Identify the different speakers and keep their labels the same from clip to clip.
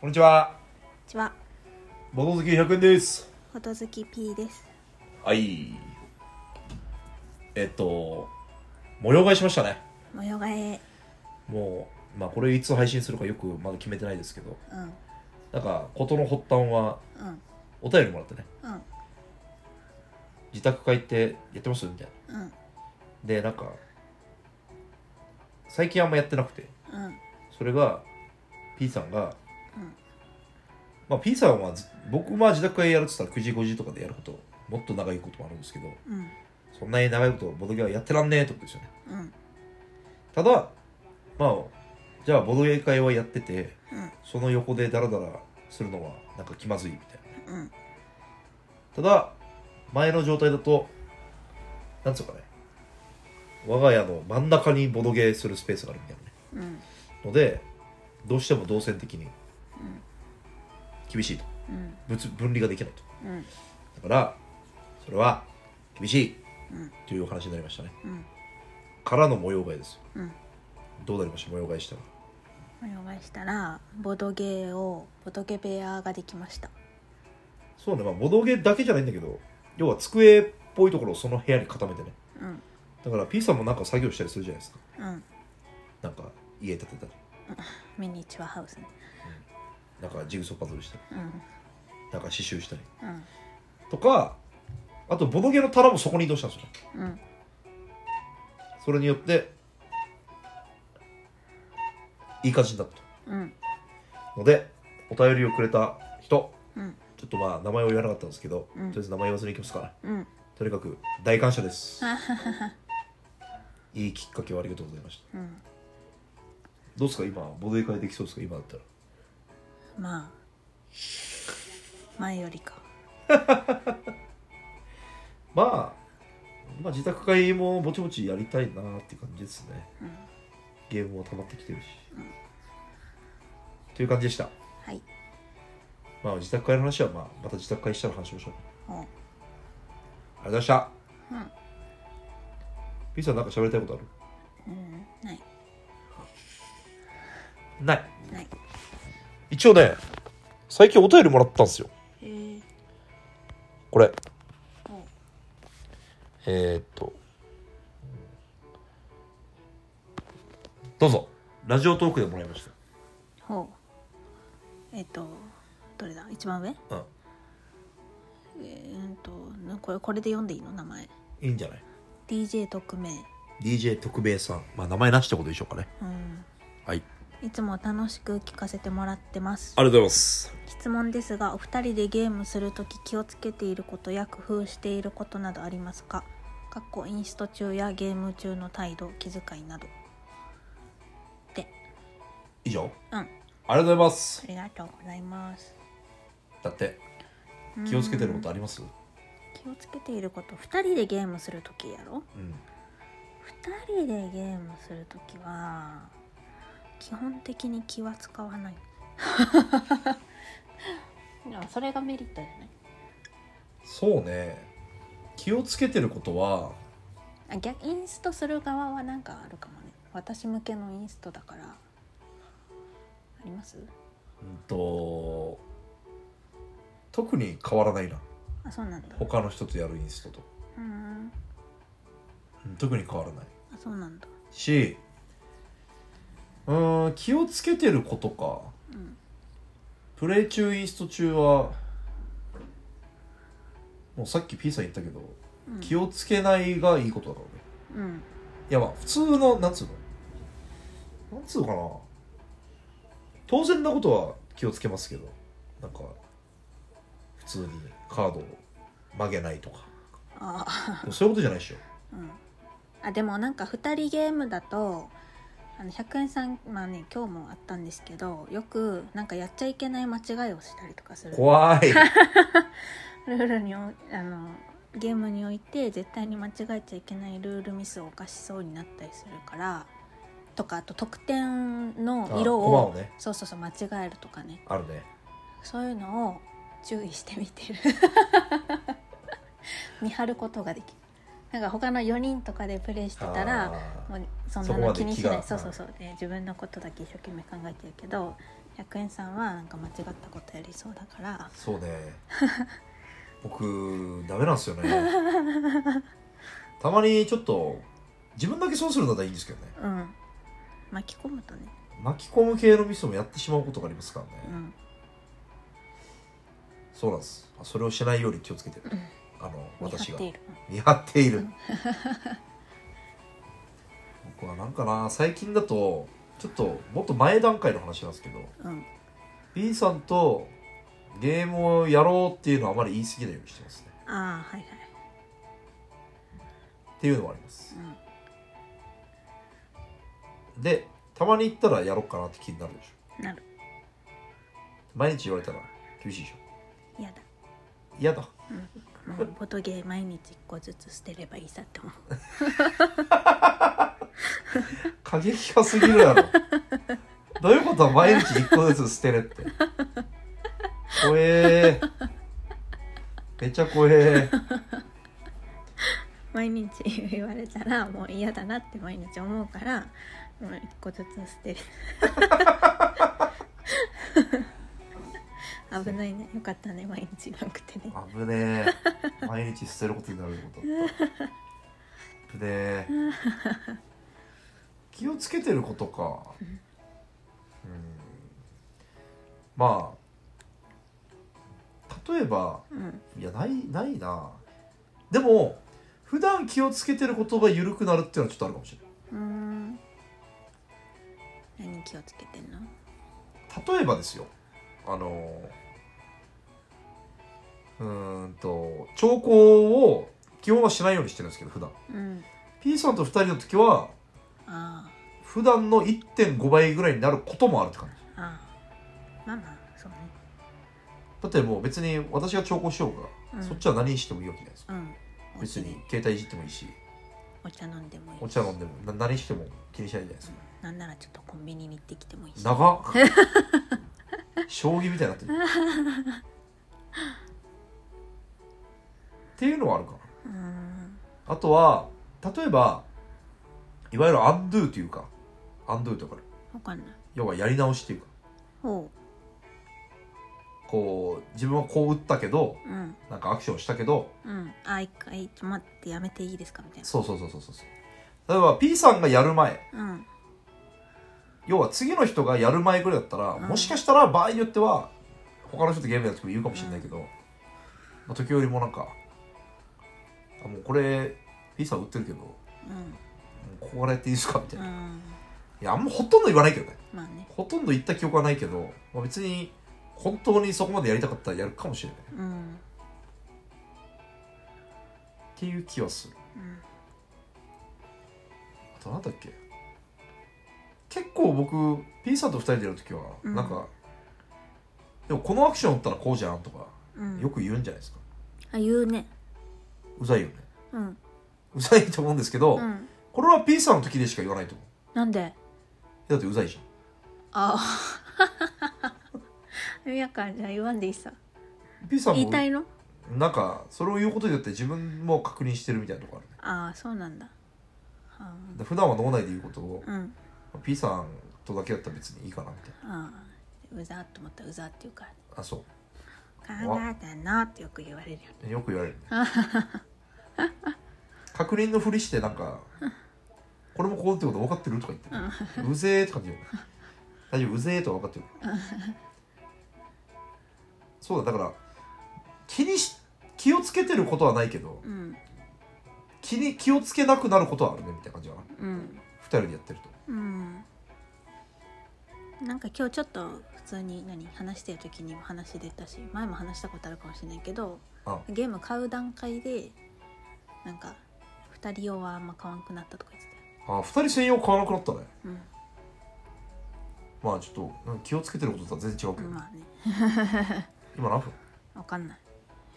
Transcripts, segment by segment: Speaker 1: こんにちは。
Speaker 2: こんにちは
Speaker 1: ボト付き100円です。
Speaker 2: ほとずき P です
Speaker 1: はい。えっと、模様替えしましたね。
Speaker 2: 模様替え
Speaker 1: もう、まあこれいつ配信するかよくまだ決めてないですけど、
Speaker 2: うんうん
Speaker 1: なんか事の発端はお便りもらってね、
Speaker 2: うん
Speaker 1: 自宅会ってやってますみたいな。
Speaker 2: うん
Speaker 1: で、なんか、最近あんまやってなくて、
Speaker 2: うん
Speaker 1: それが P さんが、
Speaker 2: うん
Speaker 1: まあ P さんはず僕は自宅会やるって言ったら9時5時とかでやること、もっと長いこともあるんですけど、
Speaker 2: うん
Speaker 1: そんなに長いことボドゲはやってらんねえってことですよね。
Speaker 2: うん
Speaker 1: ただ、まあ、じゃあボドゲ会はやってて、
Speaker 2: うん
Speaker 1: その横でダラダラするのはなんか気まずいみたいな。
Speaker 2: うん
Speaker 1: ただ、前の状態だと、なんつうかね、我が家の真ん中にボドゲするスペースがあるみたいなね。
Speaker 2: うん
Speaker 1: ので、どうしても動線的に厳しいと。
Speaker 2: うん
Speaker 1: ぶつ分離ができないと。
Speaker 2: うん
Speaker 1: だから、それは厳しい
Speaker 2: うん
Speaker 1: というお話になりましたね。
Speaker 2: うん
Speaker 1: からの模様替えですよ。
Speaker 2: うん
Speaker 1: どうなりました模様替えしたら。
Speaker 2: 模様替えしたらボドゲーをボドゲ部屋ができました
Speaker 1: そうね、まあ、ボドゲだけじゃないんだけど、要は机っぽいところをその部屋に固めてね。
Speaker 2: うん
Speaker 1: だから P さんもなんか作業したりするじゃないですか。
Speaker 2: うん
Speaker 1: なんか家建てたり、
Speaker 2: ミニチュアハウスね
Speaker 1: なんかジグソーパズルしたり、
Speaker 2: うん
Speaker 1: なんか刺繍したり
Speaker 2: うん
Speaker 1: とか、あとボドゲの棚もそこに移動したんですよ。
Speaker 2: うん
Speaker 1: それによって、いい感じになった
Speaker 2: うん
Speaker 1: と。ので、お便りをくれた人、
Speaker 2: うん
Speaker 1: ちょっとまあ名前を言わなかったんですけど、
Speaker 2: うん
Speaker 1: とりあえず名前言わずにいきますから。
Speaker 2: うん
Speaker 1: とにかく大感謝 です。いいきっかけをありがとうございました。
Speaker 2: うん
Speaker 1: どうですか今ボディ会できそうですか今だったら
Speaker 2: まあ前よりか
Speaker 1: まあまあ自宅会もぼちぼちやりたいなっていう感じですね、
Speaker 2: うん
Speaker 1: ゲームも溜まってきてるし、という感じでした
Speaker 2: はい
Speaker 1: まあ自宅会の話は、まあ、また自宅会したら話しましょうあ
Speaker 2: お
Speaker 1: りがとうございました
Speaker 2: うん
Speaker 1: ピーさんなんか喋りたいことある
Speaker 2: うんない
Speaker 1: ない
Speaker 2: ない
Speaker 1: 一応ね最近お便りもらったんですよ
Speaker 2: へえ
Speaker 1: これ
Speaker 2: お
Speaker 1: えーっとどうぞラジオトークでもらいました
Speaker 2: ほうえっ、とどれだ一番上
Speaker 1: うん
Speaker 2: えー、うんとなこれこれで読んでいいの名前
Speaker 1: いいんじゃない
Speaker 2: DJ 特命
Speaker 1: DJ 特命さん、まあ、名前なしってことでしょうかね
Speaker 2: うん
Speaker 1: はい
Speaker 2: いつも楽しく聞かせてもらってます
Speaker 1: ありがとうございます
Speaker 2: 質問ですがお二人でゲームするとき気をつけていることや工夫していることなどありますかかっこインスト中やゲーム中の態度気遣いなどで
Speaker 1: 以上
Speaker 2: うんあ
Speaker 1: ありがとうございます
Speaker 2: りがとうございます
Speaker 1: だって気をつけてることあります
Speaker 2: 気をつけていること二人でゲームするときやろ
Speaker 1: うん
Speaker 2: 2人でゲームするときは基本的に気は使わない いやそれがメリットじゃない
Speaker 1: そうね気をつけてることは
Speaker 2: あ逆インストする側はなんかあるかもね私向けのインストだからあります
Speaker 1: うんと特に変わらないな
Speaker 2: あそうなんだ
Speaker 1: 他の人とやるインストと、
Speaker 2: うん
Speaker 1: うん特に変わらない
Speaker 2: あそうなんだ
Speaker 1: しうーん気をつけてることか
Speaker 2: うん
Speaker 1: プレイ中インスト中はもうさっき P さん言ったけど
Speaker 2: うん
Speaker 1: 気をつけないがいいことだからね
Speaker 2: うん
Speaker 1: いやまあ普通のなんつうのなんつうのかな当然なことは気をつけますけどなんか普通にカードを曲げないとか
Speaker 2: ああ
Speaker 1: でもそういうことじゃないでしょ
Speaker 2: うんあでもなんか2人ゲームだとあの100円さんまあね今日もあったんですけどよくなんかやっちゃいけない間違いをしたりとかする
Speaker 1: 怖い
Speaker 2: ルールにおあのゲームにおいて絶対に間違えちゃいけないルールミスを犯しそうになったりするからとかあと得点の 色
Speaker 1: あ駒
Speaker 2: を
Speaker 1: をね
Speaker 2: そうそうそう間違えるとかね
Speaker 1: あるね
Speaker 2: そういうのを注意して見てる 見張ることができるなんか他の4人とかでプレイしてた
Speaker 1: あ
Speaker 2: ら
Speaker 1: ー
Speaker 2: もうそん
Speaker 1: そ
Speaker 2: な
Speaker 1: こま
Speaker 2: の
Speaker 1: で
Speaker 2: 気にし
Speaker 1: 気
Speaker 2: な
Speaker 1: が
Speaker 2: いそうそうそう、で自分のことだけ一生懸命考えてるけど100円さんはなんか間違ったことやりそうだから
Speaker 1: そう ね僕ダメなんですよねたまにちょっと自分だけ損するならいいんですけどね
Speaker 2: うん巻き込むとね
Speaker 1: 巻き込む系のミスもやってしまうことがありますからね、
Speaker 2: うん
Speaker 1: そうなんですそれをしないように気をつけてる、あの
Speaker 2: 見張
Speaker 1: 私
Speaker 2: っ
Speaker 1: が
Speaker 2: ている
Speaker 1: 見張っている 僕はなんかな最近だとちょっともっと前段階の話なんですけど
Speaker 2: うん、
Speaker 1: B さんとゲームをやろうっていうのはあまり言い過ぎないようにしてますね
Speaker 2: ああはいはい
Speaker 1: っていうのもあります
Speaker 2: うん
Speaker 1: でたまに行ったらやろうかなって気になるでしょ
Speaker 2: なる
Speaker 1: 毎日言われたら厳しいでしょ
Speaker 2: やだ、
Speaker 1: 嫌だ
Speaker 2: うん、 もうボトゲー毎日1個ずつ捨てればいいさって思う
Speaker 1: 過激化すぎるやろどういうことは毎日一個ずつ捨てれって怖えーめっちゃ怖えー
Speaker 2: 毎日言われたらもう嫌だなって毎日思うからもう1個ずつ捨 てる危ないねよかったね毎日言わなくてね
Speaker 1: 危ねえ毎日捨てることになることだった危ねえ気をつけてることかうんまあ例えば
Speaker 2: うん
Speaker 1: いやないないなでも普段気をつけてることが緩くなるっていうのはちょっとあるかもしれないう
Speaker 2: ーん何気をつけてんの
Speaker 1: 例えばですよあのうーんと兆候を基本はしないようにしてるんですけど普段
Speaker 2: うん
Speaker 1: P さんと2人の時は
Speaker 2: あ
Speaker 1: 普段の1.5倍ぐらいになることもあるって感じ
Speaker 2: あああまあまあそうね
Speaker 1: だってもう別に私が兆候しようが、
Speaker 2: うん
Speaker 1: そっちは何してもいいわけじゃないですか
Speaker 2: うんお
Speaker 1: 別
Speaker 2: 家で
Speaker 1: に携帯いじってもいいし
Speaker 2: お茶飲んでもいい
Speaker 1: お茶飲んでもな何しても気にしないじゃないですか
Speaker 2: なんならちょっとコンビニに行ってきてもいいし
Speaker 1: 長っ将棋みたいになってるっていうのはあるかな
Speaker 2: うーん
Speaker 1: あとは例えばいわゆるアンドゥというかアンドゥとか
Speaker 2: わかんない
Speaker 1: 要はやり直しというか
Speaker 2: ほ
Speaker 1: こう自分はこう打ったけど
Speaker 2: ううん
Speaker 1: なんかアクションしたけど
Speaker 2: うんあ一回ちょ待ってやめていいですかみたい
Speaker 1: そうそうそうそうそう例えば P さんがやる前
Speaker 2: なうん
Speaker 1: 要は次の人がやる前ぐらいだったら、
Speaker 2: うん
Speaker 1: もしかしたら場合によっては他の人とゲームやっても言うかもしれないけど、まあ、時折もなんかあもうこれ P さん売ってるけども
Speaker 2: うん
Speaker 1: うここからやっていいですかみたいな、い
Speaker 2: うん
Speaker 1: やあんまほとんど言わないけどね
Speaker 2: まあね
Speaker 1: ほとんど言った記憶はないけど、まあ、別に本当にそこまでやりたかったらやるかもしれない
Speaker 2: うん
Speaker 1: っていう気はする
Speaker 2: うん
Speaker 1: あとなんだっけ結構僕 P さんと2人でやる時は
Speaker 2: うん
Speaker 1: なんか、でもこのアクション打ったらこうじゃんとか
Speaker 2: うん
Speaker 1: よく言うんじゃないですか、
Speaker 2: あ言うね
Speaker 1: うざいよね
Speaker 2: うん
Speaker 1: うざいと思うんですけど、
Speaker 2: うん
Speaker 1: これは P さんの時でしか言わないと思う
Speaker 2: なんで
Speaker 1: だってうざいじ
Speaker 2: あ あいやかじゃあ言わんでいいさ
Speaker 1: ゃん P さん
Speaker 2: 言い
Speaker 1: も
Speaker 2: たいの
Speaker 1: なんかそれを言うことによって自分も確認してるみたいなとこあるね
Speaker 2: ああそうなんだあ
Speaker 1: で普段は脳内で言うことを
Speaker 2: ーうん
Speaker 1: P さんとだけだったら別にいいかなみたい
Speaker 2: ああうざーっと思ったらうざーって言うから
Speaker 1: なあそ
Speaker 2: 考えたなってよく言われるよね
Speaker 1: うよく言われるね 確認のふりしてなんか「これもこうってこと分かってる?」とか言ってる「うぜえ」とか言う大丈夫うぜえとは分かってるそうだだから気にし気をつけてることはないけど、
Speaker 2: うん
Speaker 1: 気に気をつけなくなることはあるねみたいな感じかな
Speaker 2: うん
Speaker 1: 2人でやってると
Speaker 2: うんなんか今日ちょっと普通に何話してる時にも話出たし前も話したことあるかもしれないけど
Speaker 1: あ
Speaker 2: ゲーム買う段階でなんか2人用はあんま買わんくなったとか言って
Speaker 1: あ2人専用買わなくなったね
Speaker 2: たよ
Speaker 1: まあちょっとうん気をつけてることとは全然違う
Speaker 2: う
Speaker 1: けど、
Speaker 2: んまあね
Speaker 1: 今何分
Speaker 2: わかんない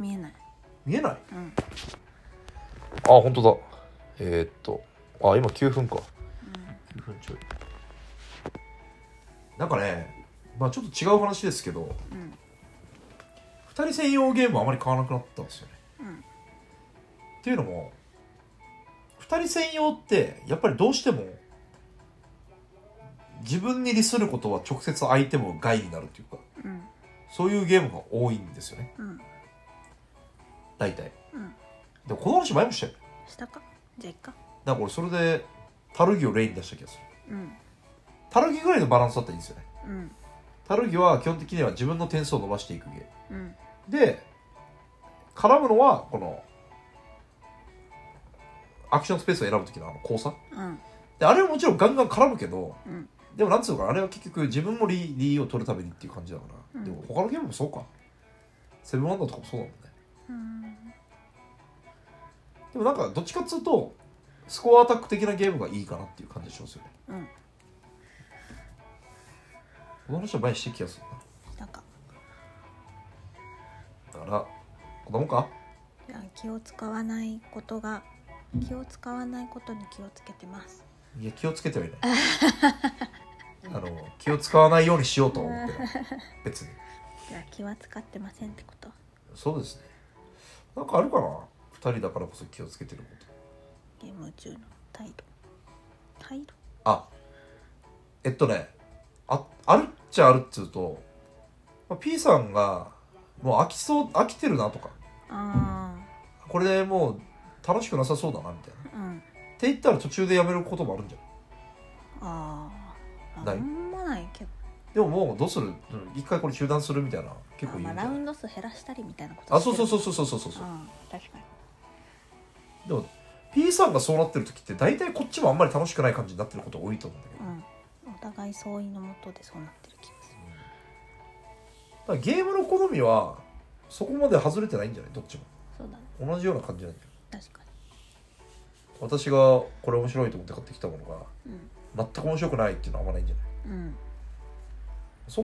Speaker 2: 見えない
Speaker 1: 見えないあ
Speaker 2: うん
Speaker 1: 本当だえーっとあ今9分か9分ちょいなんかねまあちょっと違う話ですけど
Speaker 2: うん
Speaker 1: 2人専用ゲームはあまり買わなくなったんですよね
Speaker 2: うん
Speaker 1: っていうのも2人専用ってやっぱりどうしても自分に利することは直接相手も害になるというか
Speaker 2: うん
Speaker 1: そういうゲームが多いんですよね
Speaker 2: うん
Speaker 1: 大体
Speaker 2: うん
Speaker 1: でもこの話前もしたよね
Speaker 2: したかじゃあいっか
Speaker 1: なんか俺それでタルギを例に出した気がする
Speaker 2: うん
Speaker 1: タルギぐらいのバランスだったらいいんですよね
Speaker 2: うん
Speaker 1: タルギは基本的には自分の点数を伸ばしていくゲーム
Speaker 2: うん
Speaker 1: で絡むのはこのアクションスペースを選ぶ時のあの交差
Speaker 2: うん
Speaker 1: であれはもちろんガンガン絡むけど
Speaker 2: うん
Speaker 1: でもなんつうのかなあれは結局自分も利利益を取るためにっていう感じだから、
Speaker 2: うん
Speaker 1: でも他のゲームもそうかセブンワンダーとかもそうだもんね
Speaker 2: うん
Speaker 1: でもなんかどっちかっつうとスコアアタック的なゲームがいいかなっていう感じがしますよね
Speaker 2: うん
Speaker 1: この話は前にしてきやする
Speaker 2: したか
Speaker 1: なだからこんなもんか
Speaker 2: じゃあ気を使わないことが気を使わないことに気をつけてます
Speaker 1: いや気をつけてはいない あの気を使わないようにしようとは思ってない別に
Speaker 2: じゃあ気は使ってませんってこと
Speaker 1: そうですねなんかあるかな二人だからこそ気をつけてること
Speaker 2: ゲーム中の態度態度
Speaker 1: あえっとねああるっちゃあるっつうと、まあ、P さんがもう飽きそう飽きてるなとか
Speaker 2: あ
Speaker 1: これでもう楽しくなさそうだなみたいなっ
Speaker 2: あうん
Speaker 1: て言ったら途中でやめることもあるんじゃん
Speaker 2: ああ
Speaker 1: な
Speaker 2: あ
Speaker 1: い
Speaker 2: んまないけど
Speaker 1: でももうどうするうん一回これ中断するみたいな結構
Speaker 2: あ
Speaker 1: 言う
Speaker 2: ま
Speaker 1: んじゃ
Speaker 2: あ、ラウ
Speaker 1: ん
Speaker 2: ンド数減らしたりみたいなこと
Speaker 1: あそうそう
Speaker 2: そ
Speaker 1: そうそうそうそうそう
Speaker 2: ああ確かに
Speaker 1: でも P さんがそうなってる時って大体こっちもあんまり楽しくない感じになってること多いと思うんだけど、
Speaker 2: うんお互い相違のもとでそうなってる気がする
Speaker 1: だからゲームの好みはそこまで外れてないんじゃないどっちも
Speaker 2: そうだね
Speaker 1: 同じような感じなんじゃない
Speaker 2: 確か
Speaker 1: 私がこれ面白いと思って買ってきたものが
Speaker 2: に
Speaker 1: 全く面白くないっていうのはあんまないんじゃない
Speaker 2: うんうん